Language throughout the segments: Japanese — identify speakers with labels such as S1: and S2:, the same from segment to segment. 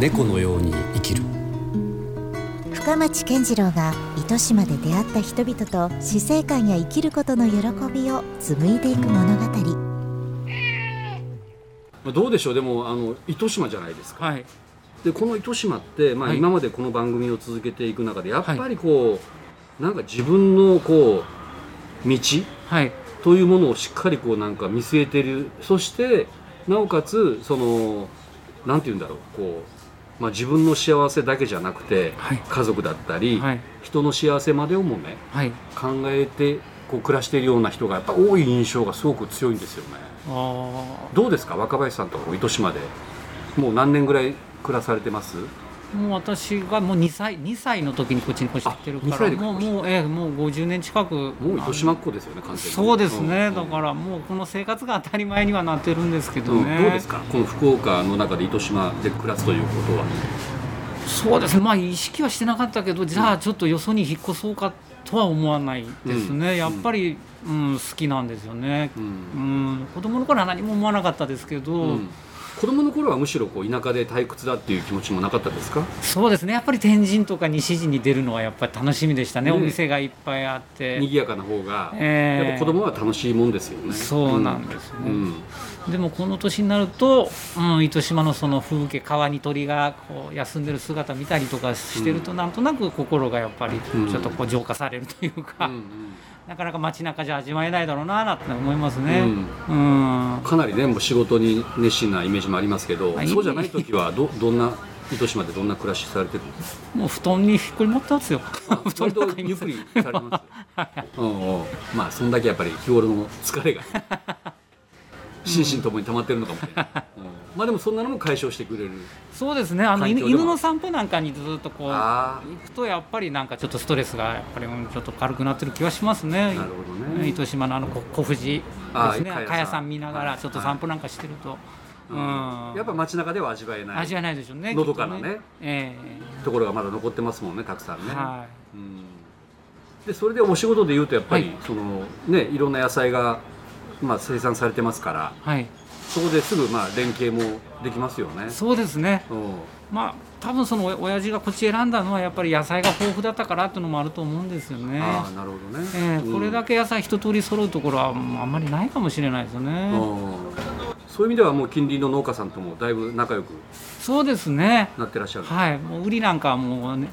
S1: 猫のように生きる
S2: 深町健次郎が糸島で出会った人々と死生観や生きることの喜びを紡いでいく物語
S3: まあ、どうでしょうでもあの糸島じゃないですか、
S4: はい
S3: でこの糸島って、まあ、
S4: はい
S3: 今までこの番組を続けていく中でやっぱりこう、なんか自分のこう道
S4: はい
S3: というものをしっかりこうなんか見据えてるそしてなおかつそのなんて言うんだろうこう、まあ、自分の幸せだけじゃなくて、
S4: はい
S3: 家族だったり、
S4: はい
S3: 人の幸せまでをもね
S4: はい
S3: 考えてこう暮らしているような人がやっぱ多い印象がすごく強いんですよね。
S4: あ
S3: どうですか若林さんとこ糸島でもう何年ぐらい暮らされてます
S4: あもう私がもう2歳二歳の時にこっちに越してきてる
S3: あ
S4: か
S3: 二歳
S4: ら
S3: で
S4: もうもうええもう50年近く
S3: もう糸島っ子ですよね完全に
S4: そうですね、
S3: ん
S4: だからもうこの生活が当たり前にはなってるんですけど
S3: うん
S4: ね、
S3: どうですかこの福岡の中で糸島で暮らすということは
S4: そうですねまあ意識はしてなかったけどじゃあちょっとよそに引っ越そうかとは思わないですね、
S3: うん
S4: やっぱり、うん、好きなんですよね、
S3: う、
S4: うんん、子供の頃は何も思わなかったですけど、
S3: うん子供の頃はむしろこう田舎で退屈だっていう気持ちもなかったですか
S4: そうですねやっぱり天神とか西陣に出るのはやっぱり楽しみでしたね、
S3: ね
S4: お店がいっぱいあって、
S3: 賑やかな方が、
S4: えー
S3: やっぱ子供は楽しいもんですよね
S4: そうなんですね、
S3: うん
S4: でもこの年になると、うん、糸島のその風景川に鳥がこう休んでる姿見たりとかしてると、なんとなく心がやっぱり
S3: うん
S4: ちょっとこう浄化されるという
S3: う
S4: か、
S3: んうん
S4: なかなか街中じゃ味わえないだろうなって思いますね。うん
S3: かなりねもう仕事に熱心なイメージもありますけど、
S4: はい
S3: そうじゃない時はどどんな糸島でどんな暮らしされてるんですか
S4: もう布団に引っこり持ってますよ。 布団
S3: 割
S4: の
S3: と
S4: 中に
S3: ゆっくりされますうんうんまあそんだけやっぱり日頃の疲 れが心身ともに溜まってるのかもしれない、うんまあでもそんなのも解消してくれる
S4: そうですね。あの
S3: 環境
S4: 犬
S3: でも
S4: 犬の散歩なんかにずっとこう行
S3: あ
S4: くとやっぱりなんかちょっとストレスがやっぱりうんちょっと軽くなってる気はしますね。
S3: あなるほどね
S4: 糸島のあのこ小富士
S3: あ
S4: ですね。
S3: あ
S4: か
S3: かや
S4: や
S3: さ
S4: さ
S3: ん
S4: ん見なが
S3: は
S4: ら
S3: い
S4: ちょっと散歩なんかしてると、うん、
S3: やっぱ街中では味わえない
S4: 味はないでしょうね。
S3: のどかなね
S4: きっとえ
S3: ところがまだ残ってますもんねたくさん
S4: え
S3: ね、
S4: は
S3: うんでそれでお仕事でいうとやっぱり、
S4: はい
S3: そのねいろんな野菜がまあ生産されてますから
S4: いはい。
S3: そこですぐまあ連携もできますよね
S4: そうですね。
S3: うん
S4: まあ多分そのお親父がこっち選んだのはやっぱり野菜が豊富だったからっていうのもあると思うんですよね。
S3: ああなるほどね、
S4: えーこれ
S3: け
S4: だけ野菜一通り揃うところはうんあんまりないかもしれないですよね、
S3: そういう意味ではもう近隣の農家さんともだいぶ仲良く
S4: そうですね
S3: なってらっしゃる、
S4: はいもう売りなんかはもうね、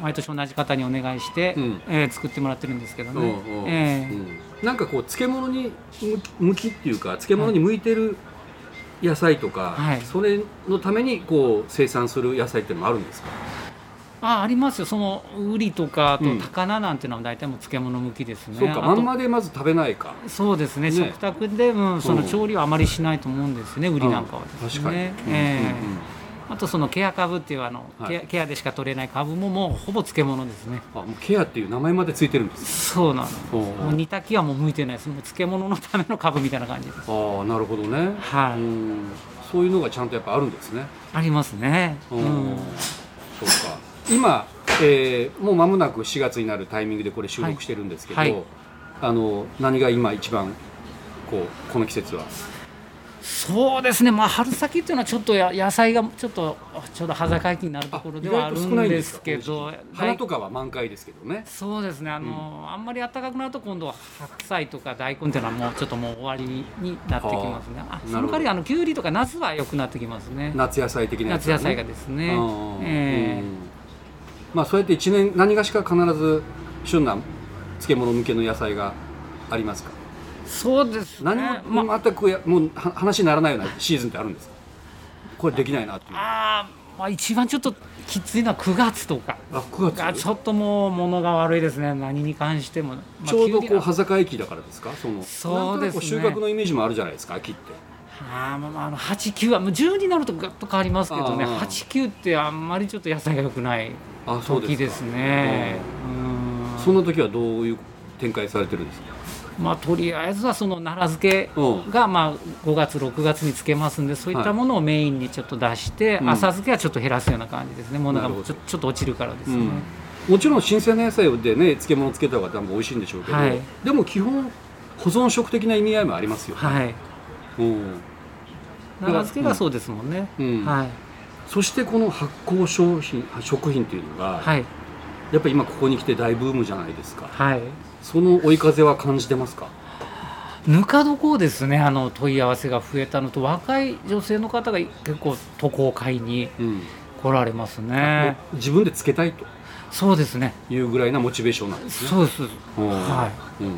S4: 毎年同じ方にお願いして、
S3: うん
S4: えー作ってもらってるんですけど
S3: うん
S4: ね、
S3: うん
S4: えー
S3: うんなんかこう漬物に向き向きっていうか漬物に向いてる野菜とか、
S4: はい
S3: それのためにこう生産する野菜っていうのもあるんですか、
S4: あありますよそのウリとかあと
S3: うん
S4: 高菜なんていうのは大体もう漬物向きですね、
S3: そう
S4: あ
S3: か
S4: と
S3: まんまでまず食べないか
S4: そうですね
S3: ね
S4: 食卓で、うん、その調理はあまりしないと思うんですね、ウリなんかはですね、
S3: うん確かに、うん
S4: えー
S3: うんうん
S4: あとそのケア株っていうあの、
S3: はい
S4: ケアケアでしか取れない株ももうほぼ漬物ですね
S3: あもうケアっていう名前までついてるんです
S4: そうなの
S3: おうおう
S4: もう煮炊きはもう向いてないですもう漬物のための株みたいな感じです
S3: ああなるほどね、
S4: はい
S3: うんそういうのがちゃんとやっぱあるんですね
S4: ありますねう
S3: うん
S4: ん、
S3: そうか今、えーもう間もなく4月になるタイミングでこれ収録してるんですけど、
S4: はいはい
S3: あの何が今一番こうこの季節は
S4: そうですねまあ春先っていうのはちょっとや野菜がちょっとちょうど端境期になるところではあるんですけど
S3: 意外と少ないんですかこの時期
S4: 大
S3: 花とかは満開ですけどね
S4: そうですねあの、あんまり暖かくなると今度は白菜とか大根っていうのはもうちょっともう終わりになってきますねあ
S3: ほど
S4: その代わりあのきゅうりとかナスは良くなってきますね
S3: 夏野菜的なやつ、ね、
S4: 夏野菜がです
S3: うん
S4: ね
S3: う
S4: え
S3: んまあそうやって一年何がしか必ず旬な漬物向けの野菜がありますか
S4: えそうですね
S3: 何も、
S4: まあ
S3: 全くやもうは話にならないようなシーズンってあるんですかこれできないなっていうあ
S4: あーまあ一番ちょっときついのは9月とか
S3: 9
S4: が
S3: 月
S4: ちょっともう物が悪いですね何に関しても、まあ
S3: ちょうど
S4: キュウ
S3: こ
S4: リ
S3: う
S4: は
S3: 端境期だからですかその
S4: そう
S3: なんとな
S4: ですね
S3: くこ収穫のイメージもあるじゃないですか秋って
S4: あーまあまああの89はもう10になるとガッと変わりますけどね
S3: あー
S4: 89ってあんまりちょっと野菜が良くない
S3: あそうです
S4: 時
S3: か
S4: ですねうん
S3: そんな時はどういう展開されてるんですか
S4: まあとりあえずはその奈良漬
S3: うん
S4: けがまあ5月6月に漬けますんでそういったものをメインにちょっと出して、
S3: うん
S4: 浅漬けはちょっと減らすような感じですね物が
S3: なるほど
S4: ちょちょっと落ちるからですね、
S3: もちろん新鮮な野菜でね漬物つけた方が多分美味しいんでしょうけど、
S4: はい
S3: でも基本保存食的な意味合いもありますよ、
S4: はい
S3: うん
S4: 奈良漬けがそうですもんね、
S3: うん
S4: はい、
S3: そしてこの発酵商品あ食品というのが、
S4: はい
S3: やっぱり今ここに来て大ブームじゃないですか
S4: はい
S3: その追い風は感じてますか
S4: ぬか床ですねあの問い合わせが増えたのと若い女性の方が結構渡航会に
S3: うん
S4: 来られます
S3: も
S4: ね
S3: う自分でつけたいと
S4: そうですね
S3: いうぐらいなモチベーションなんですね
S4: そうです
S3: うん
S4: は
S3: うん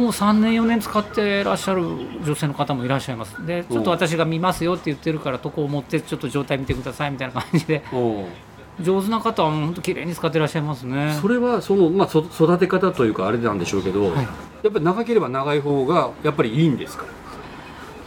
S4: もう3年4年使ってらっしゃる女性の方もいらっしゃいますでちょっと私が見ますよって言ってるから床を持ってちょっと状態見てくださいみたいな感じで
S3: おう
S4: 上手な方はもう本当綺麗に使ってらっしゃいますね
S3: それはその、まあ、そ育て方というかあれなんでしょうけど、
S4: はい
S3: やっぱり長ければ長い方がやっぱりいいんですか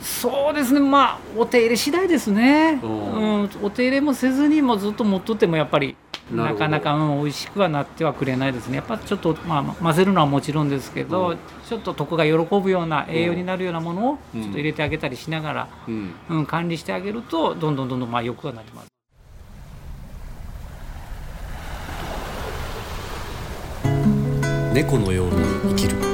S4: そうですねまあお手入れ次第ですね、
S3: お
S4: う、
S3: うん
S4: お手入れもせずにもうずっと持っとってもやっぱり
S3: なる
S4: な
S3: ほど
S4: かなか、うん、美味しくはなってはくれないですねやっぱちょっと、まあ、混ぜるのはもちろんですけど、
S3: うん
S4: ちょっと徳が喜ぶような栄養になるようなものを
S3: う
S4: ち
S3: ん
S4: ょっと入れてあげたりしながら、
S3: うん
S4: うん管理してあげるとどんどんどんどんまあよくはなってます。
S1: 猫のように生きる